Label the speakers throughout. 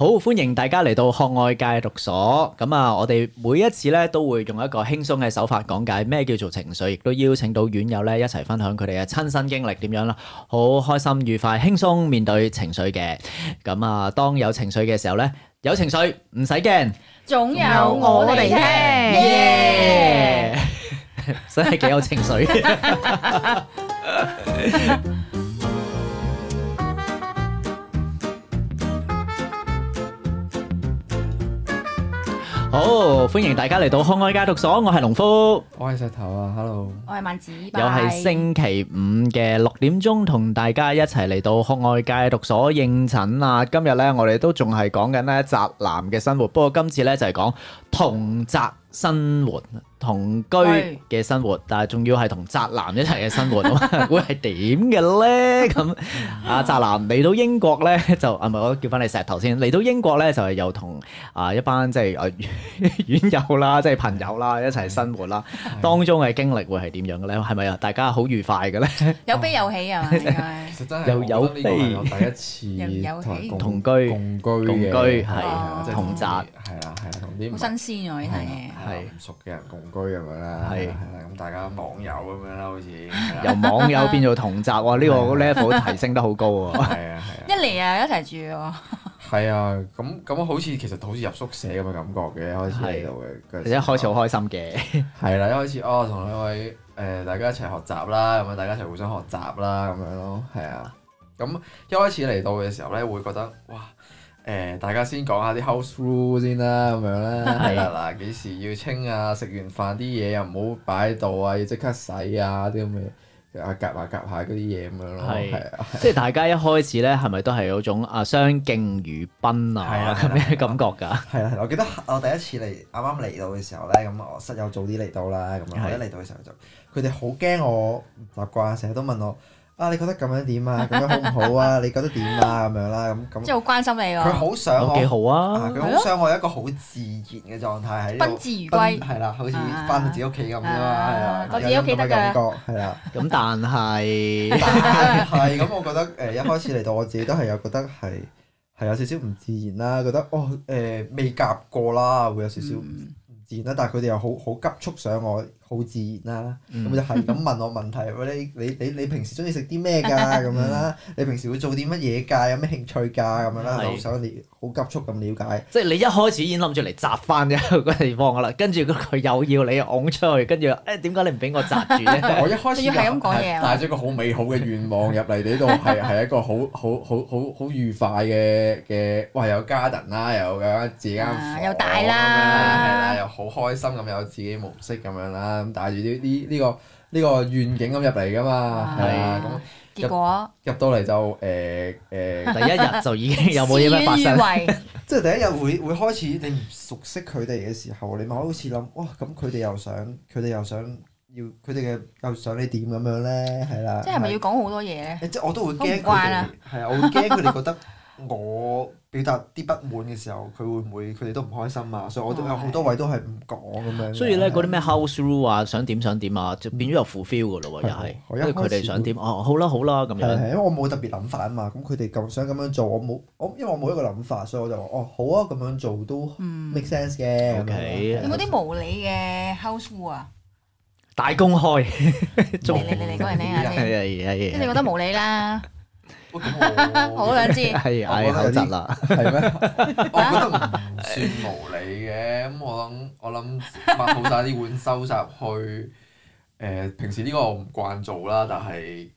Speaker 1: 好，歡迎大家嚟到學外戒毒所。咁啊，我哋每一次咧都會用一個輕鬆嘅手法講解咩叫做情緒，亦都邀請到院友咧一齊分享佢哋嘅親身經歷點樣啦，好開心、愉快、輕鬆面對情緒嘅。咁啊，當有情緒嘅時候咧，有情緒唔使驚，
Speaker 2: 總有
Speaker 3: 有
Speaker 2: 我
Speaker 3: 我
Speaker 2: 哋
Speaker 3: 哋
Speaker 2: 聽
Speaker 3: 聽，
Speaker 2: 耶！
Speaker 1: 真係幾有情緒。好，歡迎大家嚟到康愛戒毒所，我係農夫。
Speaker 3: 我係石頭啊，hello，
Speaker 2: 我係萬子，
Speaker 1: 又係星期五嘅六點鐘，同大家一齊嚟到學外戒毒所應診啦。今日呢，我哋都仲係講緊呢宅男嘅生活，不過今次呢，就係講同宅生活、同居嘅生活，但係仲要係同宅男一齊嘅生活，咁啊會係點嘅呢？咁啊，宅男嚟到英國呢， 就啊，唔係我叫翻你石頭先。嚟到英國呢，就係又同啊一班即係啊 院友啦，即係朋友啦，一齊生活啦。當中嘅經歷會係點樣嘅咧？係咪啊？大家好愉快嘅咧？
Speaker 2: 有悲有喜啊嘛，應該
Speaker 3: 其實真係
Speaker 1: 又
Speaker 3: 我覺
Speaker 1: 有
Speaker 3: 得呢個係我第 一次同人
Speaker 1: 同居
Speaker 3: 共居
Speaker 1: 同居
Speaker 3: 嘅
Speaker 1: 係
Speaker 2: 哦
Speaker 3: 即係
Speaker 1: 同宅
Speaker 3: 係啦係啦，同啲唔
Speaker 2: 好
Speaker 3: 係啦
Speaker 2: 新鮮喎呢單
Speaker 3: 係啦唔熟嘅人共居咁樣啦，
Speaker 1: 係
Speaker 3: 係啦咁大家網友咁樣啦，好似係啦
Speaker 1: 由網友變做同宅喎，呢個 level 提升得好高 喎。
Speaker 3: 係啊係啊
Speaker 2: 嘢，一嚟啊一齊住喎，
Speaker 3: 係啊，咁咁好似其實好似入宿舍咁嘅感覺嘅，一開始
Speaker 1: 係
Speaker 3: 喺度嘅，
Speaker 1: 一開始好開心嘅，
Speaker 3: 係啦，一開始哦同兩位誒、大家一齊學習啦，咁樣大家一齊互相學習啦，咁樣咯，係啊。咁一開始嚟到嘅時候咧，會覺得哇誒、大家先講下啲 house rule 先啦，咁樣啦，係啦，嗱幾時要清啊？食完飯啲嘢又唔好擺喺度啊，要即刻洗啊啲咁嘅，啊夾下夾下嗰啲嘢咁樣咯，
Speaker 1: 係
Speaker 3: 係啊，
Speaker 1: 即係大家一開始咧，係咪都係有種啊相敬如賓
Speaker 3: 係
Speaker 1: 啊
Speaker 3: 啊
Speaker 1: 咁嘅感覺㗎？
Speaker 3: 係啦，我記得我第一次嚟啱啱嚟到嘅時候咧，咁我室友早啲嚟到啦，咁
Speaker 1: 係
Speaker 3: 樣我一嚟到嘅時候就佢哋好驚我唔習慣，成日都問我啊，你覺得咁樣 點啊？咁樣好唔好啊？你覺得點啊？咁樣啦，咁
Speaker 2: 即
Speaker 3: 咁
Speaker 2: 係好關心你
Speaker 3: 佢
Speaker 2: 喎，
Speaker 3: 好想
Speaker 1: 都
Speaker 3: 我
Speaker 1: 幾好
Speaker 3: 啊
Speaker 1: 啊！
Speaker 3: 佢好想我有一個好自然嘅狀態喺呢
Speaker 2: 賓
Speaker 3: 度
Speaker 2: 至如歸
Speaker 3: 賓係啦，好似
Speaker 2: 啊
Speaker 3: 翻到自己屋企咁啫嘛，
Speaker 2: 啊
Speaker 3: 係啦，
Speaker 2: 我自己屋企得㗎
Speaker 3: 有種咁嘅感覺係啦。
Speaker 1: 咁但 係
Speaker 3: 但係咁，我覺得誒、一開始嚟到我自己都係有覺得係係有少少唔自然啦，覺得哦誒、未夾過啦，會有少少唔
Speaker 2: 嗯
Speaker 3: 自然啦。但係佢哋又好好急促上我好自然啦，咁、
Speaker 1: 嗯
Speaker 3: 就係咁問我問題，喂你你你你平時中意食啲 咩㗎咁樣啦？你平時會做啲乜嘢㗎？有咩興趣㗎咁樣啦？
Speaker 1: 係
Speaker 3: 就好想了好急促咁了 解。
Speaker 1: 即係你一開始已經諗住嚟砸翻咗個地方㗎啦，跟住佢又要你拱出去，跟住誒點解你唔俾我砸住咧？
Speaker 3: 我一開始
Speaker 2: 你要係咁講嘢啊
Speaker 3: 係帶咗一個好美好嘅願望入嚟呢度，係 係一個好好好好好愉快嘅嘅，哇！有 garden 啦，有有自己間
Speaker 2: 啊
Speaker 3: 房
Speaker 2: 又大啦
Speaker 3: 係啦，又好開心咁，有自己模式咁樣啦，咁帶住呢呢呢個呢個願景咁入嚟噶嘛，係啊，咁
Speaker 2: 結果
Speaker 3: 入到嚟就呃誒 誒，
Speaker 1: 第一日就已經有冇嘢咩發
Speaker 3: 啊
Speaker 1: 生？
Speaker 2: 生？
Speaker 3: 即係第一日會會開始你唔熟悉佢哋嘅時候，你咪好似諗，哇！咁佢哋又想，佢哋又想要，佢哋嘅又想你點咁樣咧，係啦，
Speaker 2: 即係咪要講好多嘢咧？
Speaker 3: 誒即係我都會
Speaker 2: 都唔
Speaker 3: 驚佢
Speaker 2: 慣
Speaker 3: 哋
Speaker 2: 啊，
Speaker 3: 係啊，我會驚佢哋覺得我表達啲不滿嘅時候，佢會唔會佢哋都唔開心啊？所以我都有好多位都係唔講咁樣。
Speaker 1: 所以咧，嗰啲咩 house rule 啊，想點想點啊，就變咗有 fulfill 噶咯喎，
Speaker 3: 嗯係
Speaker 1: 又係，
Speaker 3: 我一
Speaker 1: 因為佢
Speaker 3: 開
Speaker 1: 哋
Speaker 3: 始
Speaker 1: 想點，哦，好啦好啦咁
Speaker 3: 係係，
Speaker 1: 樣，
Speaker 3: 因為我冇特別諗法啊嘛，咁佢哋咁想咁樣做，我冇我因為我冇一個諗法，所以我就話哦好啊，咁樣做都 make sense 嘅。咁樣
Speaker 1: OK
Speaker 2: 有冇啲無理嘅 house rule 啊？
Speaker 1: 大公開，哎
Speaker 2: 嚟嚟嚟嚟，講嚟 聽下先，
Speaker 1: 係
Speaker 2: 即係你
Speaker 1: 係
Speaker 2: 覺得無理啦，
Speaker 3: 喂咁
Speaker 2: 哦好
Speaker 3: 我
Speaker 2: 兩啊知。
Speaker 1: 係嗌口窒啦，
Speaker 3: 哦係咩？我覺得唔算無理嘅，咁我諗我諗抹好晒啲碗收拾去。誒、平時呢個我唔慣做啦，但係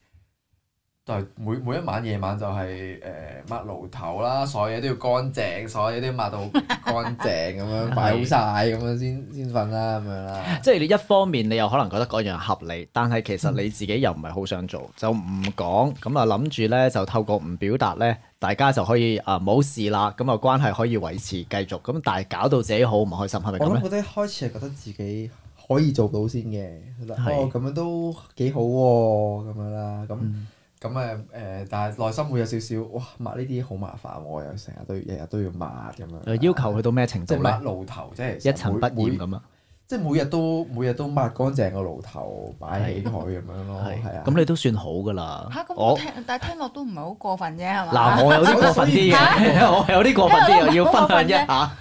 Speaker 3: 但係每每一晚夜晚就係誒抹爐頭啦，所有嘢都要乾淨，所有嘢都要抹到乾淨咁樣擺好晒咁樣先先瞓啦咁樣啦。
Speaker 1: 即係你一方面你又可能覺得嗰樣合理，但係其實你
Speaker 3: 嗯
Speaker 1: 自己又唔係好想做，就唔講，咁啊諗住咧就透過唔表達咧，大家就可以啊冇事啦，咁啊關係可以維持繼續，咁但係搞到自己好唔開心，係咪
Speaker 3: 我
Speaker 1: 咁啊咧？
Speaker 3: 諗覺得一開始係覺得自己可以做到先嘅，覺得
Speaker 1: 係
Speaker 3: 哦咁樣都幾好喎、咁樣啦，咁
Speaker 1: 嗯
Speaker 3: 咁誒誒，但係內心會有少少哇抹呢啲好麻煩喎、又成日都日日都要抹咁樣。
Speaker 1: 要求去到咩程
Speaker 3: 即係
Speaker 1: 度
Speaker 3: 抹
Speaker 1: 咧？
Speaker 3: 爐頭，即係
Speaker 1: 一塵不染咁啊！
Speaker 3: 即係每日都每日都抹乾淨個爐頭，擺起佢咁樣咯，係啊。
Speaker 1: 咁你都算好噶啦
Speaker 2: 嚇。咁我
Speaker 1: 我
Speaker 2: 聽，但係聽落都唔係好過分啫，係嘛？
Speaker 1: 嗱，我有啲過分啲嘅， 我有啲過分啲嘅，要分享一下，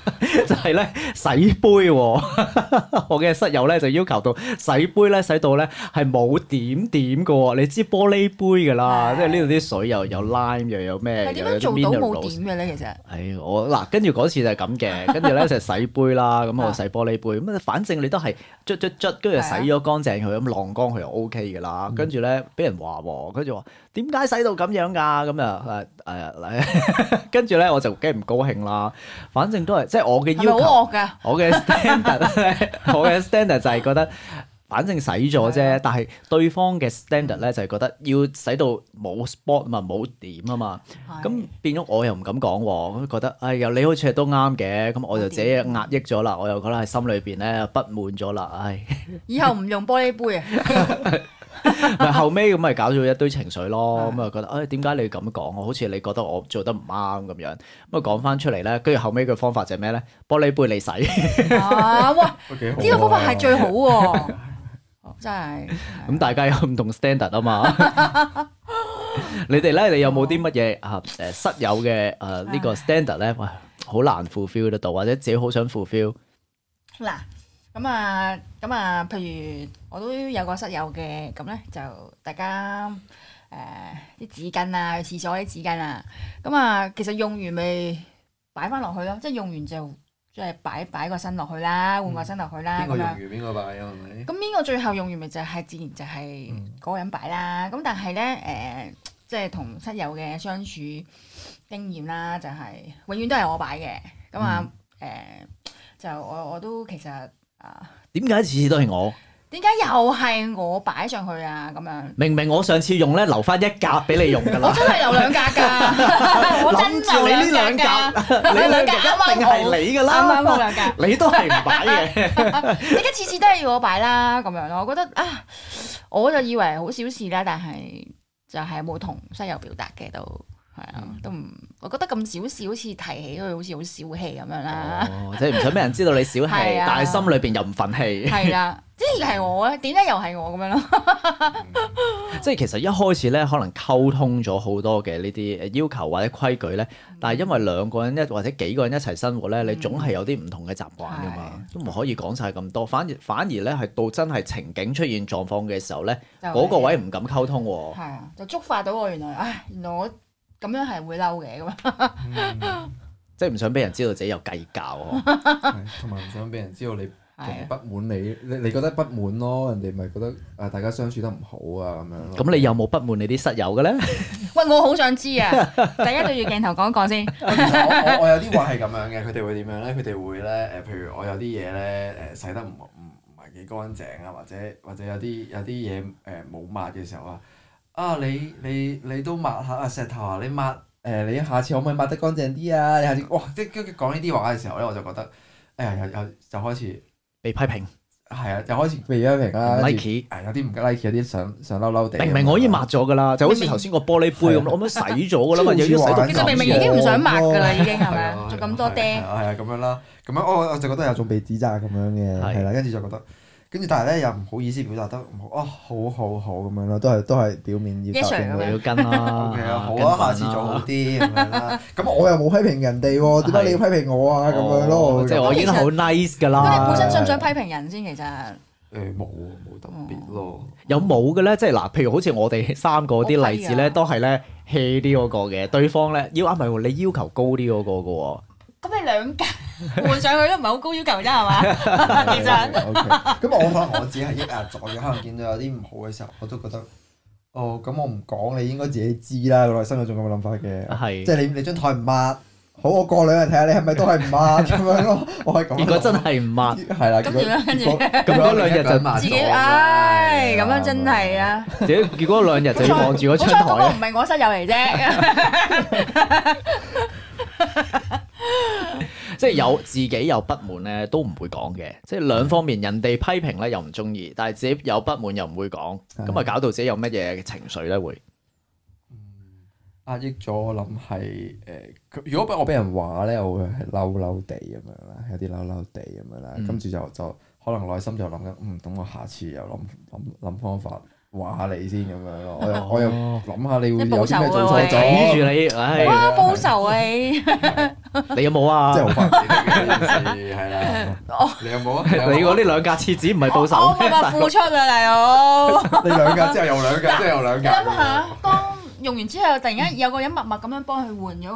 Speaker 1: 就係咧洗杯喎。 我嘅室友咧就要求到洗杯咧洗到咧係冇點點嘅喎，你知玻璃杯㗎啦，
Speaker 2: 係
Speaker 1: 即係呢度啲水又有 lime 又有咩，又
Speaker 2: 係點
Speaker 1: 有
Speaker 2: 樣做
Speaker 1: 啲
Speaker 2: 到冇
Speaker 1: minerals
Speaker 2: 點。嘅咧？其實
Speaker 1: 唉，我嗱，跟住嗰次就係咁 嘅，跟住咧就洗杯啦，
Speaker 2: 啊
Speaker 1: 咁啊我洗玻璃杯，咁反正你都係捽捽捽，跟住洗咗乾淨佢，咁晾乾佢就 O K 嘅
Speaker 2: 嗯
Speaker 1: 啦。跟住咧俾人話喎，跟住話點解洗到咁樣㗎？咁啊誒誒， 跟住咧我就梗係唔高興啦。反正都係即係我嘅
Speaker 2: 係咪
Speaker 1: 要求。
Speaker 2: 好惡㗎？
Speaker 1: 我嘅 standard 咧， 我嘅 standard 就係覺得，反正洗咗
Speaker 2: 係啊
Speaker 1: 啫。但係對方嘅 standard 咧就係覺得要洗到冇 spot 嘛，冇點啊嘛。
Speaker 2: 係
Speaker 1: 咁變咗我又唔敢講喎，咁覺得哎呀你好似係都啱嘅，咁我就自己壓抑咗啦，我又覺得喺心裏邊咧不滿咗啦，唉，
Speaker 2: 以後唔用玻璃杯啊！
Speaker 1: 咪後尾咁咪搞咗一堆情緒咯，
Speaker 2: 係
Speaker 1: 咁啊覺得唉點解你咁講？好似你覺得我做得唔啱咁樣，咁啊講翻出嚟咧，跟住後尾嘅方法就係咩咧？玻璃杯你洗。
Speaker 2: 啊，哇！呢
Speaker 3: 都幾好啊
Speaker 2: 個方法係最好喎，真係。
Speaker 1: 咁大家有唔同 standard 啊嘛。你哋咧，你有冇啲乜嘢啊？誒室友嘅誒呢個 standard 咧，喂，好難 fulfill 得到，或者自己好想 fulfill，
Speaker 2: 嗱，咁啊，咁啊，譬如我都有個室友嘅，咁咧就大家誒啲、紙巾啊，去廁所啲紙巾啊，咁啊，其實用完咪擺翻落去咯，即係用完就即係擺擺個身落去啦，換個身落去啦咁
Speaker 3: 嗯邊個用
Speaker 2: 樣
Speaker 3: 完。邊個擺啊？係 咪？
Speaker 2: 咁邊個最後用完咪就係自然就係
Speaker 1: 嗯
Speaker 2: 嗰個人擺啦。咁、但係咧誒，即係同室友嘅相處經驗啦，就係、永遠都係我擺嘅。咁啊誒，
Speaker 1: 嗯
Speaker 2: 就我我都其實啊，
Speaker 1: 點解次次都係我？
Speaker 2: 點解又係我擺上去啊？咁樣。
Speaker 1: 明明我上次用咧，留翻一格俾你用㗎
Speaker 2: 我
Speaker 1: 啦。
Speaker 2: 真係有兩格 㗎，我真
Speaker 1: 諗住
Speaker 2: 係
Speaker 1: 你
Speaker 2: 有
Speaker 1: 呢兩
Speaker 2: 兩格㗎，
Speaker 1: 格，你兩格一定係你㗎
Speaker 2: 啱啱冇
Speaker 1: 啦，
Speaker 2: 兩格。
Speaker 1: 你都係唔擺 嘅。
Speaker 2: 點解次次都係要我擺啦？咁樣咯，我覺得啊，我就以為好小事啦，但係就係冇同室友表達嘅都係啊，都唔，我覺得咁小事好似提起佢好似好小氣咁樣啦，
Speaker 1: 哦，即係唔想俾人知道你小氣，
Speaker 2: 係啊
Speaker 1: 但係心裏邊又唔忿氣。
Speaker 2: 係啦，即係係我咧，啊點解又係我咁樣咯？
Speaker 1: 即係其實一開始咧，可能溝通咗好多嘅呢啲要求或者規矩咧，
Speaker 2: 嗯
Speaker 1: 但係因為兩個人一或者幾個人一齊生活咧，你總係有啲唔同嘅習慣㗎嘛，都唔可以講晒咁多。反而反而咧係到真係情景出現狀況嘅時候咧，
Speaker 2: 就係
Speaker 1: 嗰個位唔敢溝通 喎。
Speaker 2: 係啊，就觸發到我原來，唉，原來我咁樣係會嬲嘅咁樣，
Speaker 3: 嗯
Speaker 1: 即係唔想俾人知道自己有計較 喎。
Speaker 3: 係同埋唔想俾人知道你人哋
Speaker 2: 係啊
Speaker 3: 不滿你，你你覺得不滿咯，人哋咪覺得啊大家相處得唔好啊咁樣咯。
Speaker 1: 咁你有冇不滿你啲室友嘅咧？
Speaker 2: 喂，我好想知啊！大家對住鏡頭講一講先，
Speaker 3: 其實我我我有啲話係咁樣嘅，佢哋會點樣咧？佢哋會咧誒，呃譬如我有啲嘢咧誒呃洗得唔唔唔係幾乾淨啊，或者或者有啲有啲嘢誒冇抹嘅時候啊，啊你你你都抹下啊石頭啊，你抹誒、你下次可唔可以抹得乾淨啲啊？你下次哇即係跟住講呢啲話嘅時候咧，我就覺得誒呀又又就開始
Speaker 1: 被批評
Speaker 3: 係啊，就開始被批評啦。跟住哎
Speaker 1: ，Nike。
Speaker 3: 誒有啲唔 like，有啲想想嬲嬲地。啊
Speaker 1: 明明我已經抹咗㗎啦，就好似
Speaker 2: 明明
Speaker 1: 頭先個玻璃杯咁
Speaker 3: 係啊
Speaker 1: 咯，我咪洗咗㗎 啦嘛，又要洗到哦
Speaker 2: 其實明明已經唔想抹㗎啦，已經係咪
Speaker 3: 啊
Speaker 2: 啊？做咁多
Speaker 3: 係
Speaker 2: 釘，
Speaker 3: 啊係啊咁樣啦，咁樣我我就覺得有種被指責咁樣嘅，
Speaker 1: 係
Speaker 3: 係啦，跟住就覺得，跟住但係咧又唔好意思表達得唔好，哦好好好咁樣咯，都係都係表面要
Speaker 2: Yes,
Speaker 3: 答
Speaker 2: sir，
Speaker 3: 應
Speaker 2: 咁
Speaker 1: 咪
Speaker 2: 樣
Speaker 1: 要跟
Speaker 3: ，O
Speaker 1: 啦
Speaker 3: K 啊，好
Speaker 1: 跟
Speaker 3: 啊，下
Speaker 1: 返
Speaker 3: 次
Speaker 1: 啦
Speaker 3: 做好啲咁樣啦。咁我又冇批評人哋喎，點解你要批評我啊？咁樣
Speaker 1: 哦
Speaker 3: 咯，
Speaker 1: 即係我已經好 nice 㗎
Speaker 2: 咁你
Speaker 1: 啦
Speaker 2: 本。身想唔想批評人先？其實
Speaker 3: 誒冇啊冇特別
Speaker 2: 哦
Speaker 3: 咯，
Speaker 1: 有冇嘅咧？即係嗱，譬如好似我哋 三個啲例子咧，
Speaker 2: 我批啊
Speaker 1: 都係咧 hea 啲嗰個嘅，對方咧要啊唔係喎，你要求高啲嗰個嘅喎，
Speaker 2: 咁你兩格 換上去都唔係好高要求啫，係嘛？ 其實
Speaker 3: O 啊 K，咁我可能我自己係抑壓咗嘅，可能見到有啲唔好嘅時候，我都覺得，哦咁我唔講，你應該自己知啦。我內心有種咁嘅諗法嘅。即
Speaker 1: 係
Speaker 3: 係你你張台唔抹，好我過兩日睇下你係咪都係唔抹咁樣咯， 我係咁。
Speaker 1: 結果真係唔抹，
Speaker 3: 係啦，
Speaker 2: 咁點樣跟住
Speaker 3: 咁
Speaker 1: 咁嗰兩日就
Speaker 2: 自己唉咁樣真係！啊！
Speaker 1: 結結果兩日就要望住嗰
Speaker 2: 好
Speaker 1: 張
Speaker 2: 彩嗰個
Speaker 1: 台啊
Speaker 2: 唔係我室友嚟 啫，
Speaker 1: 即係有自己有不滿咧，都唔會講嘅，即係兩方面，人哋批評咧又唔中意，但係自己有不滿又唔會講，
Speaker 3: 係
Speaker 1: 咁啊搞到自己有乜嘢嘅情緒咧會
Speaker 3: 壓抑咗，我諗係誒，如果俾我俾人話咧，我會係嬲嬲地咁樣啦，有啲嬲嬲地咁樣啦，
Speaker 1: 嗯
Speaker 3: 跟住就就可能內心就諗緊，嗯，等我下次又諗諗諗方法話下你先咁樣咯。我又我又
Speaker 1: 哦
Speaker 3: 諗下你會
Speaker 2: 即係報
Speaker 3: 有啲咩
Speaker 2: 仇
Speaker 3: 做
Speaker 2: 喎
Speaker 3: 錯
Speaker 2: 你睇
Speaker 1: 睇
Speaker 3: 咗，
Speaker 1: 住你，唉，
Speaker 2: 哇！報仇啊你！
Speaker 1: 你有冇啊
Speaker 3: 哦即？係好發展嘅件事係 啦。你有冇啊？
Speaker 1: 你
Speaker 3: 你有冇
Speaker 1: 嗰呢兩格廁紙唔係 報
Speaker 2: 我
Speaker 1: 仇
Speaker 2: 我冇辦法付出啊，大佬。
Speaker 3: 你兩格之後又兩格，之後又兩格。
Speaker 2: 諗下，當用完之後，突然間有個人默默咁樣幫佢換咗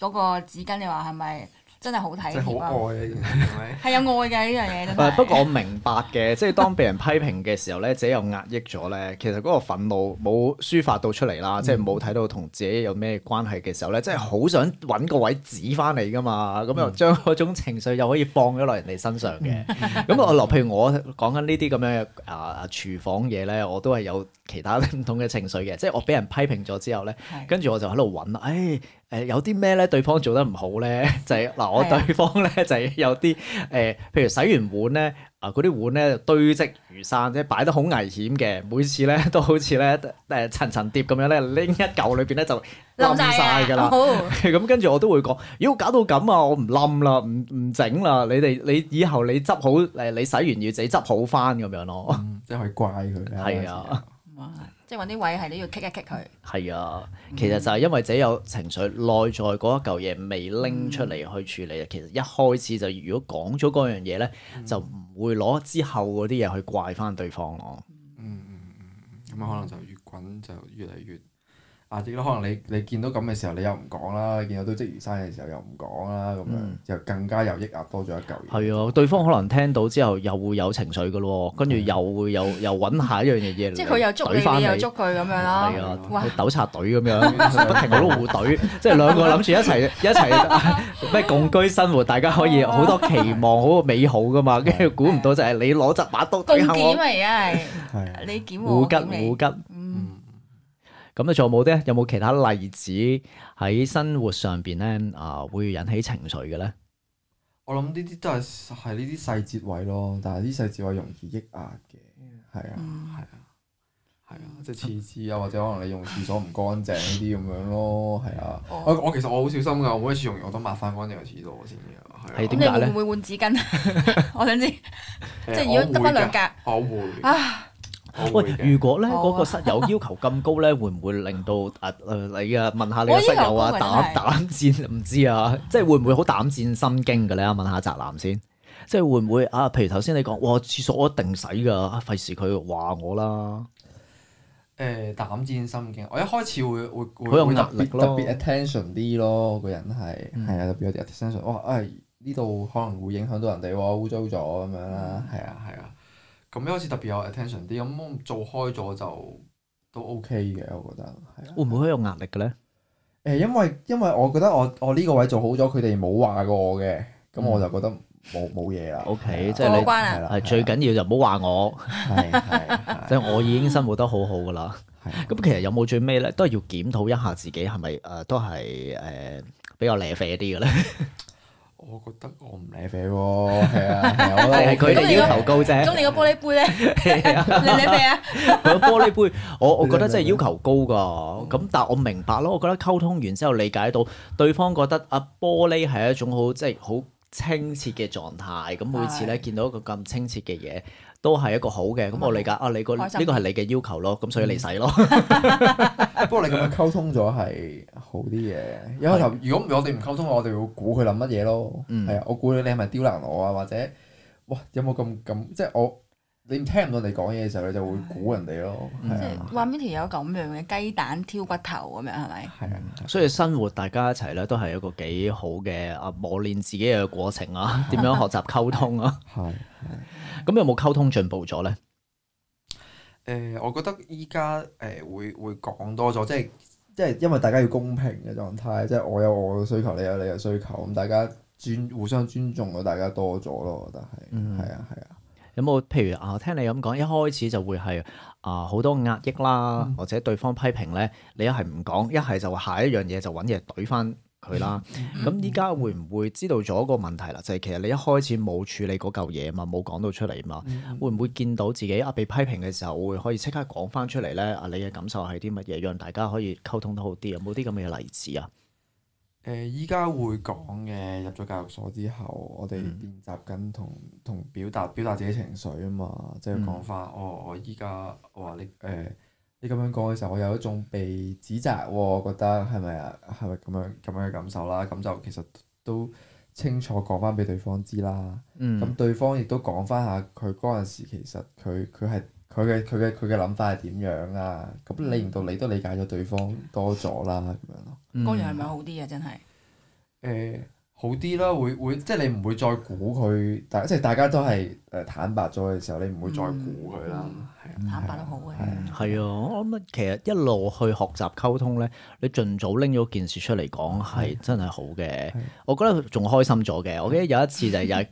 Speaker 2: 個嗰個紙巾，你話係咪真係好體
Speaker 3: 真係
Speaker 2: 貼啊？
Speaker 3: 好愛啊！呢件事係咪？
Speaker 2: 係有愛嘅呢樣嘢真
Speaker 1: 誒
Speaker 2: 係。
Speaker 1: 不過我明白嘅，即係當被人批評嘅時候咧，自己又壓抑咗咧，其實嗰個憤怒冇抒發到出嚟
Speaker 2: 嗯
Speaker 1: 啦，即係冇睇到同自己有咩關係嘅時候咧，即係好想揾個位指翻你噶嘛，咁
Speaker 2: 嗯
Speaker 1: 又將嗰種情緒又可以放咗落人哋身上嘅。
Speaker 2: 嗯
Speaker 1: 咁我落譬如我講緊呢啲咁樣嘅啊啊廚房嘢咧，我都係有其他唔同嘅情緒嘅，即係我俾人批評咗之後咧。
Speaker 2: 係
Speaker 1: 跟住我就喺度揾啦，誒、誒、有啲咩咧對方做得唔好咧， 就係、嗱我
Speaker 2: 係啊
Speaker 1: 對方咧 就係、有啲誒、譬如洗完碗咧，啊嗰啲碗咧就堆積如山，即係擺得好危險嘅，每次咧 都好似咧誒層層疊咁樣咧拎一嚿裏邊咧就 冧晒㗎啦。
Speaker 2: 好，
Speaker 1: 咁跟住我都會講，妖搞到咁啊，我唔冧啦，唔唔整啦，你哋你以後你執好誒，你洗完要自己執好翻咁樣咯，
Speaker 3: 嗯即係可以怪佢啦。
Speaker 1: 係啊。
Speaker 2: 哇即係揾啲位係你要棘一 棘佢。
Speaker 1: 係啊，
Speaker 2: 嗯
Speaker 1: 其實就係因為自己有情緒，內在嗰一嚿嘢未拎出
Speaker 2: 嗯
Speaker 1: 嚟去處理。其實一開始就如果講咗嗰樣嘢咧，
Speaker 2: 嗯
Speaker 1: 就唔會攞之後嗰啲嘢去怪翻對方咯。
Speaker 3: 嗯嗯嗯嗯，咁啊可能就越滾就越嚟越壓抑咯。可能你你見到咁嘅時候，你又唔講啦；見到堆積如山嘅時候又唔講啦，咁樣、
Speaker 1: 嗯
Speaker 3: 就更加又抑壓多咗一嚿嘢。
Speaker 1: 係啊，對方可能聽到之後又會有情緒噶咯，跟住又會又又揾下一樣嘢嚟，
Speaker 2: 啊即係佢又捉你，
Speaker 1: 懟返
Speaker 2: 你又捉佢咁樣咯
Speaker 1: 係。啊，
Speaker 2: 哇
Speaker 1: 好似糾察隊咁樣，不停喺度互懟， 即係兩個諗住一 齊一齊 咩共居生活，大家可以好多期望，好美好噶嘛。跟
Speaker 2: 啊
Speaker 1: 住估唔到就係你攞隻把刀
Speaker 2: 共
Speaker 1: 懟下
Speaker 2: 檢
Speaker 1: 我，
Speaker 2: 啊，而家係
Speaker 3: 係啊
Speaker 2: 你檢
Speaker 1: 互
Speaker 2: 我，
Speaker 1: 吉
Speaker 2: 我檢你
Speaker 1: 互。吉。
Speaker 2: 嗯
Speaker 1: 咁你仲有冇啲？有冇其他例子喺生活上邊咧啊，會引起情緒嘅咧？
Speaker 3: 我諗呢啲都係係呢啲細節位咯，但係呢細節位容易抑壓嘅，係啊，
Speaker 2: 嗯
Speaker 3: 係啊，係啊，即係廁紙啊，或者可能你用廁所唔乾淨呢啲咁樣咯，係啊。
Speaker 2: 哦
Speaker 3: 我我其實我好小心㗎，我每一次用完我都抹翻乾淨個廁所先嘅，係
Speaker 1: 係
Speaker 2: 咁
Speaker 3: 啊。
Speaker 1: 點
Speaker 2: 你
Speaker 1: 解
Speaker 2: 會
Speaker 1: 咧
Speaker 2: 唔會換紙巾？啊 我想知，即係
Speaker 3: 誒
Speaker 2: 如果得翻兩，格
Speaker 3: 我會㗎我會。
Speaker 2: 啊，
Speaker 3: 我會
Speaker 1: 喂，
Speaker 3: 嘅
Speaker 1: 如果咧
Speaker 2: 好啊
Speaker 1: 嗰個室友要求咁高咧，會唔會令到 啊誒你啊問下你
Speaker 2: 我
Speaker 1: 嘅
Speaker 2: 要求
Speaker 1: 室友啊
Speaker 2: 高啊
Speaker 1: 膽膽戰唔知啊，即係會唔會好膽戰心驚嘅咧？問下宅男先，即係會唔會啊？譬如頭先你講，哇廁所我一定洗㗎，啊費事佢話我啦。
Speaker 2: 哦
Speaker 3: 誒、呃膽戰心驚，我一開始會會會
Speaker 1: 好有
Speaker 3: 會特
Speaker 1: 壓力
Speaker 3: 別特
Speaker 1: 咯
Speaker 3: 別 attention 啲咯，個人係
Speaker 1: 嗯
Speaker 3: 係啊，特別有啲 attention，哇！誒呢度可能會影響到人哋喎，污糟咗咁樣啦，
Speaker 1: 嗯
Speaker 3: 係啊係啊，咁一開始特別有 attention 啲，咁我做開咗就都 OK 嘅，我覺得係啊。
Speaker 1: 會唔會好有壓力嘅咧？
Speaker 3: 誒，因為因為我覺得我我呢個位做好咗，佢哋冇話過我嘅，咁我就覺得冇冇嘢啦。
Speaker 1: 嗯 OK，
Speaker 3: 係啊
Speaker 1: 即係你
Speaker 2: 過關啊
Speaker 3: 係啦
Speaker 1: 係最緊要就唔好話我，
Speaker 3: 係係
Speaker 1: 即係我已經生活得好好㗎啦。
Speaker 3: 係
Speaker 1: 咁其實有冇最尾咧，都係要檢討一下自己係咪誒都係誒、呃比較瀨啡啲嘅咧？
Speaker 3: 我覺得我唔理肥喎，係啊係啊，我覺得
Speaker 1: 係
Speaker 3: OK
Speaker 1: 佢哋要求高
Speaker 2: 咁
Speaker 1: 啫。
Speaker 2: 你個玻璃杯咧，你你未 啊？
Speaker 1: 個玻璃杯，我我覺得真係
Speaker 3: 你明
Speaker 1: 要求高㗎。咁但係我明白咯，我覺得溝通完之後理解到對方覺得啊玻璃係一種好即係好清澈嘅狀態。咁每次咧見到一個咁清澈嘅嘢，都係一個好嘅。咁我理解啊，你個呢
Speaker 2: 開心
Speaker 1: 個係你嘅要求咯，咁所以你使咯。
Speaker 3: 不過你咁樣溝通咗係好啲嘅，一開頭如果我哋唔溝通，我哋會估佢諗乜嘢咯。
Speaker 1: 嗯
Speaker 3: 係啊，我估你係咪刁難我啊，或者哇有冇咁咁即係我你聽唔到你講嘢嘅時候，你就會估人哋咯。係
Speaker 2: 即
Speaker 3: 啊
Speaker 2: 係話邊條友咁樣嘅雞蛋挑骨頭咁樣係咪？
Speaker 3: 係啊，
Speaker 1: 所以生活大家一齊咧，都係一個幾好嘅啊磨練自己嘅過程 啊，點樣學習溝通啊。
Speaker 3: 係。
Speaker 1: 咁有冇溝通進步咗咧？
Speaker 3: 誒，我覺得依家誒會會講多咗，即係即係因為大家要公平嘅狀態，即係我有我嘅需求，你有你嘅需求，咁大家尊互相尊重咗，大家多咗咯，我覺得
Speaker 1: 嗯
Speaker 3: 係係啊係啊。
Speaker 1: 有冇譬如啊，聽你咁講，一開始就會係啊好多壓抑啦，
Speaker 3: 嗯
Speaker 1: 或者對方批評咧，你一係唔講，一係就下一樣嘢就揾嘢懟翻佢啦。
Speaker 3: 嗯
Speaker 1: 咁依家會唔會知道咗個問題啦？就係、其實你一開始冇處理嗰嚿嘢嘛，冇講到出嚟嘛，會唔會見到自己啊被批評嘅時候，會可以即刻講翻出嚟咧？啊，你嘅感受係啲乜嘢，讓大家可以溝通得好啲？有冇啲咁嘅例子啊？
Speaker 3: 誒、誒呃依家會講嘅，入咗教育所之後，我哋
Speaker 1: 嗯
Speaker 3: 練習緊同同表達表達自己情緒啊嘛，即
Speaker 1: 嗯
Speaker 3: 係講翻哦，我依家我話你誒、你咁樣講嘅時候，我有一種被指責喎，我覺得係咪啊？係咪咁樣咁樣嘅感受啦？咁就其實都清楚講翻俾對方知啦。咁、
Speaker 1: 嗯
Speaker 3: 對方亦都講翻下佢嗰陣時，其實佢佢係佢嘅佢嘅佢嘅諗法係點樣啦。咁令到你都理解咗對方多咗啦，咁樣咯。
Speaker 1: 嗯
Speaker 2: 嗰樣係咪好啲啊？真係
Speaker 3: 誒、呃好啲啦，會會即係你唔會再估佢，大即係大家都係誒坦白咗嘅時候，你唔會再
Speaker 2: 嗯
Speaker 3: 估佢啦。係啊，
Speaker 2: 坦白都好嘅。
Speaker 1: 嗯係啊，我諗其實一路去學習溝通咧，你盡早拎咗件事出嚟講係真係好嘅
Speaker 3: 係，
Speaker 1: 我覺得仲開心咗嘅。我記得有一次就係有誒，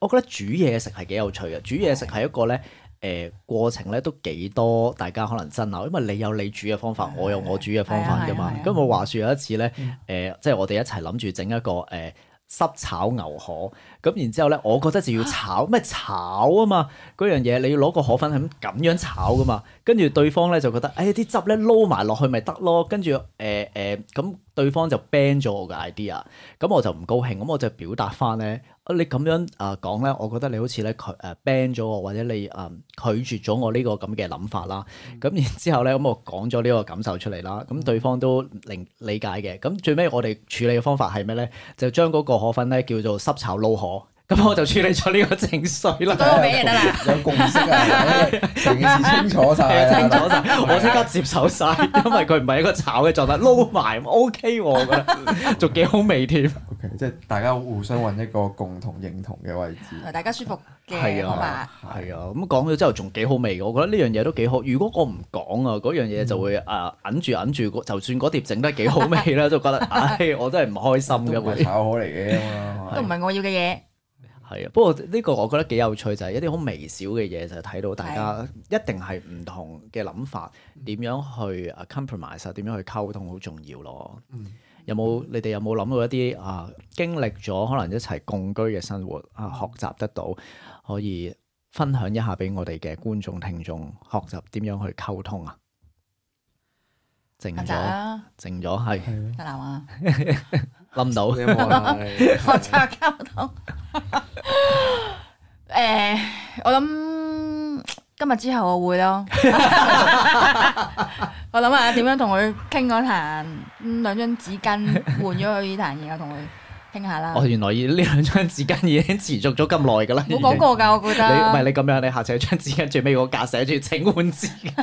Speaker 1: 我覺得煮嘢食係幾有趣嘅，煮嘢食係一個咧。誒、過程咧都幾多，大家可能爭拗，因為你有你煮嘅方法，我有我煮嘅方法噶嘛
Speaker 2: 係啊嗯係啊。
Speaker 1: 咁我話説有一次咧，誒、即係我哋一齊諗住整一個誒、濕炒牛河，咁然之後咧，我覺得就要炒咩炒啊嘛，嗰樣嘢你要攞個河粉係咁咁樣炒噶嘛，跟住對方咧就覺得，誒、哎啲汁咧撈埋落去咪得咯，跟住誒誒咁對方就 ban 咗我嘅 idea，咁我就唔高興，咁我就表達翻咧，啊你咁樣啊講咧，我覺得你好似咧佢誒 ban 咗我，或者你誒、啊拒絕咗我呢個咁嘅諗法啦，咁然之後咧，咁我講咗呢個感受出嚟啦，咁對方都理理解嘅，咁最尾我哋處理嘅方法係咩咧？就將嗰個河粉咧叫做濕炒撈河。咁我就處理咗呢個情緒啦。
Speaker 2: 多俾嘢得啦，
Speaker 3: 有共識啊， 成件事清楚晒
Speaker 1: 係
Speaker 3: 啦。
Speaker 1: 清楚晒，我即刻接手晒，因為佢唔係一個炒嘅狀態，撈埋 OK 喎，我覺得仲幾好味添。
Speaker 3: O K，即係大家互相揾一個共同認同嘅位置。
Speaker 2: 大家舒服嘅
Speaker 1: 係
Speaker 2: 方
Speaker 1: 啊
Speaker 2: 法。
Speaker 1: 係啊，咁講咗之後仲幾好味嘅，我覺得呢樣嘢都幾好。如果我唔講啊，嗰樣嘢就會啊揞住揞住，就算嗰碟整得幾好味啦，都覺得唉，我真係唔開心
Speaker 3: 都
Speaker 1: 嘅
Speaker 3: 唔係
Speaker 1: 會。
Speaker 3: 炒河嚟嘅啊嘛
Speaker 2: 都唔係我要嘅嘢，
Speaker 1: 係啊，不過呢個我覺得幾有趣，就係一啲好微小嘅嘢，就係睇到大家一定係唔同嘅諗法，
Speaker 2: 嗯
Speaker 1: 點樣去啊 compromise 啊，點樣去溝通好重要咯。
Speaker 3: 嗯
Speaker 1: 有冇你哋有冇諗到一啲啊經歷咗可能一齊共居嘅生活
Speaker 2: 嗯
Speaker 1: 啊，學習得到可以分享一下俾我哋嘅觀眾聽眾，學習點樣去溝通啊？靜
Speaker 2: 阿澤
Speaker 1: 咗，
Speaker 2: 啊，
Speaker 1: 靜咗係
Speaker 3: 係咯
Speaker 2: 得啦嘛。
Speaker 1: 冧到，
Speaker 3: 你有冇啊
Speaker 2: 學習溝通。誒，我諗今日之後我會咯。 我諗下點樣同佢傾嗰壇嗯兩張紙巾換咗佢呢壇嘢，我同佢傾下啦。
Speaker 1: 我哦原來呢兩張紙巾已經持續咗咁耐㗎啦。
Speaker 2: 冇講過㗎，我覺
Speaker 1: 你唔係你
Speaker 2: 得。
Speaker 1: 咁樣，你下次喺張紙巾最尾嗰格寫住請換紙巾，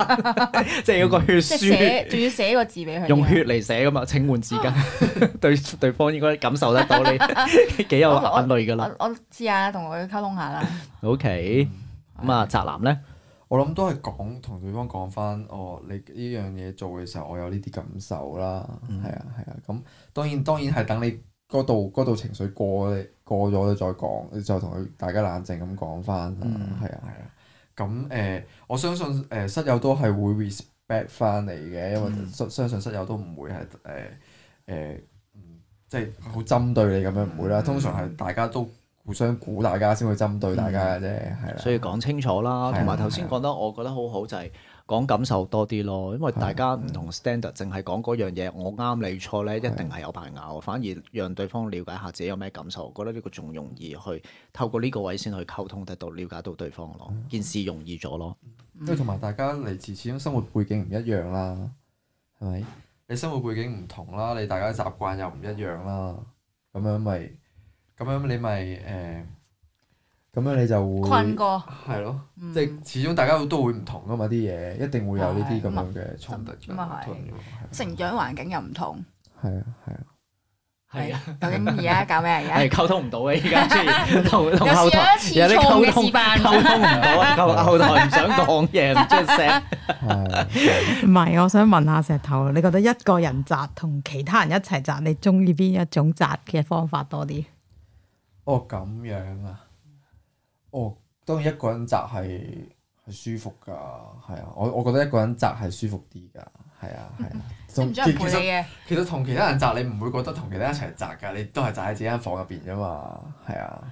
Speaker 1: 即係有個血
Speaker 2: 即係啊寫，
Speaker 1: 書，
Speaker 2: 仲要寫個字俾佢。
Speaker 1: 用血。嚟寫噶嘛？請換紙巾， 對對方應該感受得到你幾有眼淚噶啦。
Speaker 2: 我我試下同佢溝通下啦。
Speaker 1: OK，咁
Speaker 2: 嗯
Speaker 1: 啊，宅男咧，
Speaker 3: 我諗都係講同對方講翻，哦，你呢樣嘢做嘅時候，我有呢啲感受啦，係啊係啊，咁當然當然係等你嗰度嗰度情緒過你過咗你再講，你就同佢大家冷靜咁講翻啦，係啊係啊，咁誒、呃我相信誒、呃室友都係會 respect 翻你嘅，因為相相信室友都唔會係誒誒，嗯即係好針對你咁樣唔會啦，通常係大家都互相估大家先會針對大家嘅啫，係啦。
Speaker 1: 所以講清楚啦，
Speaker 3: 係啊
Speaker 1: 同埋頭先講得我覺得好好就係講感受多啲咯，因為大家
Speaker 2: 啊
Speaker 1: 唔同 standard，淨係講嗰樣嘢我啱你錯咧，一定係有排拗，反而讓對方了解下自己有咩感受，我覺得呢個仲容易去透過呢個位先去溝通得到、了解到對方咯，
Speaker 2: 嗯
Speaker 1: 件事容易咗咯。
Speaker 3: 因為同埋大家嚟自始終生活背景唔一樣啦，係咪？你生活背景唔同啦，你大家習慣又唔一樣啦，咁樣咪，咁樣你咪誒，咁樣你就會
Speaker 2: 困過。
Speaker 3: 係咯，
Speaker 2: 嗯
Speaker 3: 即係始終大家都會唔同噶嘛啲嘢，一定會有呢啲咁樣嘅衝突㗎
Speaker 2: 咁啊係
Speaker 3: 討論㗎
Speaker 2: 成長環境又唔同。
Speaker 3: 係啊係啊，
Speaker 1: 係啊，
Speaker 2: 究竟而家搞咩啊？而
Speaker 1: 係
Speaker 2: 家
Speaker 1: 溝通唔到嘅，依 家出現同同
Speaker 2: 有
Speaker 1: 後台
Speaker 2: 試
Speaker 1: 有
Speaker 2: 咗一次
Speaker 1: 啲
Speaker 2: 錯
Speaker 1: 溝
Speaker 2: 嘅
Speaker 1: 通
Speaker 2: 示 範
Speaker 1: 溝通唔到啊，後後台唔想講嘢，唔 出聲。
Speaker 3: 係
Speaker 4: 唔係，我想問下石頭，你覺得一個人摘同其他人一齊摘，你中意邊一種摘嘅方法多啲？
Speaker 3: 哦咁樣啊，哦當然一個人宅係係舒服㗎，係啊，我我覺得一個人宅係舒服啲㗎，係啊係 啊，
Speaker 2: 識唔
Speaker 3: 其
Speaker 2: 中意陪
Speaker 3: 其實
Speaker 2: 你嘅，
Speaker 3: 其實同其他人宅，你唔會覺得同其他人一齊宅㗎，你都係宅喺自己間房入邊啫嘛，係啊。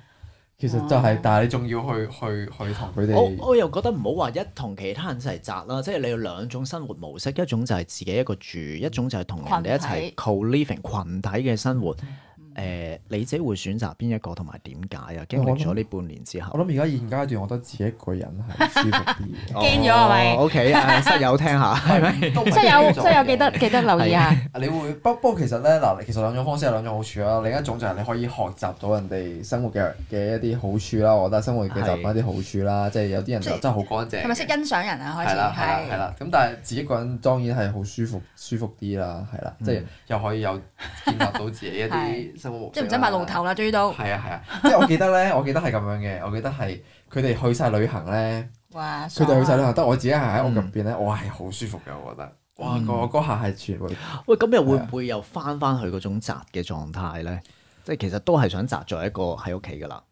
Speaker 3: 其
Speaker 2: 哦
Speaker 3: 實就係，但係你仲要去去去同佢
Speaker 1: 我
Speaker 3: 哋，
Speaker 1: 我又覺得唔好話一同其他人一齊宅啦，即係你有兩種生活模式，一種就係自己一個住，一種就係同人哋一齊
Speaker 2: 群體
Speaker 1: co-living 群體嘅生活。誒、你自己會選擇邊一個同埋點解啊？經歷咗呢半年之後，
Speaker 3: 我諗而家現階段，我覺得自己一個人係舒服啲 嘅。
Speaker 2: 驚咗係
Speaker 3: 哦
Speaker 2: 咪
Speaker 1: ？O K，誒哦啊 室友聽下，係咪？
Speaker 3: 都唔係
Speaker 2: 室友
Speaker 3: 驚
Speaker 2: 室
Speaker 3: 咗
Speaker 2: 友
Speaker 3: 嘅
Speaker 2: 記得記得留意啊下，
Speaker 3: 你會不不過其實咧嗱，其實兩種方式有兩種好處啦。另一種就係你可以學習到人哋生活嘅嘅一啲好處啦，我覺得生活嘅習慣一啲好處啦，即係有啲人就真係好乾淨嘅。
Speaker 2: 係咪識欣賞人啊？開
Speaker 3: 係
Speaker 2: 始
Speaker 3: 啦係啦係
Speaker 2: 係。
Speaker 3: 啦，咁但係自己一個人當然係好舒服舒服啲啦，係啦，即係又可以有建立到自己一啲
Speaker 2: 係
Speaker 3: 生活模
Speaker 2: 即
Speaker 3: 式
Speaker 2: 係唔
Speaker 3: 啦
Speaker 2: 使買路頭啦，追到，
Speaker 3: 係啊係啊，即係我記得咧，我記得係咁樣嘅，我記得係佢哋去晒旅行嗯咧，
Speaker 2: 哇！
Speaker 3: 佢
Speaker 2: 爽
Speaker 3: 哋去晒旅
Speaker 2: 啊
Speaker 3: 行，得我自己行喺屋入邊咧，我係好舒服嘅，我覺得。哇！
Speaker 1: 嗯
Speaker 3: 個嗰下係全部
Speaker 1: 喂，咁又會唔
Speaker 3: 係啊
Speaker 1: 會又翻翻去嗰種宅嘅狀態咧？即係其實都係想宅在一個喺屋企噶啦。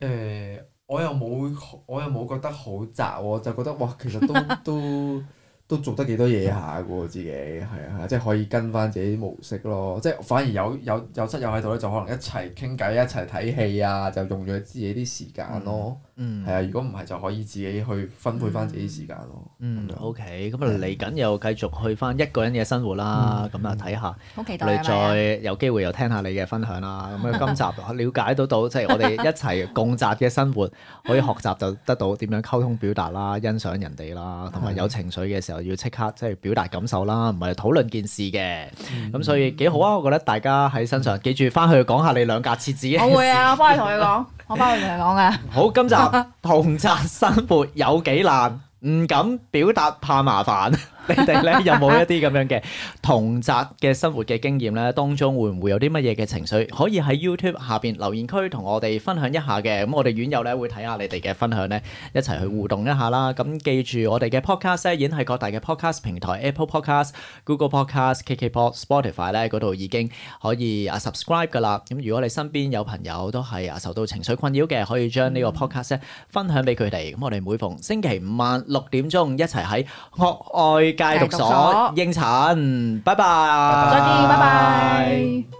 Speaker 3: 誒、呃我又冇，我又冇覺得好窄喎，就覺得哇，其實都 都都做得幾多嘢下嘅喎，自己係啊係啊，即係可以跟翻自己模式咯，即係反而有有有室友喺度咧，就可能一齊傾偈，一齊睇戲啊，就用咗自己啲時間咯，
Speaker 1: 嗯
Speaker 3: 係啊、如果唔係就可以自己去分配翻自己時間咯。
Speaker 1: 嗯
Speaker 3: 咁樣
Speaker 1: ，OK，咁啊嚟緊又繼續去翻一個人嘅生活啦，咁啊睇下
Speaker 2: 好期待
Speaker 1: 你
Speaker 2: 啊！係咪啊
Speaker 1: 再有機會又聽下你嘅分享啦。咁 啊，今集了解到到即係我哋一齊共宅嘅生 活，可以學習就得到點樣溝通表達啦、欣賞人哋啦，同埋有情緒嘅時候要即刻即係表達感受啦，唔係討論件事嘅。咁所以幾好啊！我覺得大家喺身上記住翻去講下你兩格設 置。
Speaker 2: 我會啊，我翻去同佢講，我翻去同佢講啊噶。
Speaker 1: 好，今集同宅生活有幾難，唔敢表達怕麻煩。 你哋咧有冇一啲咁樣嘅同宅嘅生活嘅經驗咧？當中會唔會有啲乜嘢嘅情緒？可以喺 YouTube 下邊留言區同我哋分享一下嘅。咁我哋院友咧會睇下你哋嘅分享咧，一齊去互動一下啦。咁記住我哋嘅 podcast 咧，已經喺各大嘅 podcast 平台 Apple Podcast、Google Podcast、KKPod、Spotify 咧嗰度已經可以啊 subscribe 噶啦。咁如果你身邊有朋友都係啊受到情緒困擾嘅，可以將呢個 podcast 咧分享俾佢哋。咁我哋每逢星期五晚六點鐘一齊喺學愛戒毒
Speaker 2: 戒毒所
Speaker 1: 所應診。拜拜，
Speaker 2: 再見，拜拜。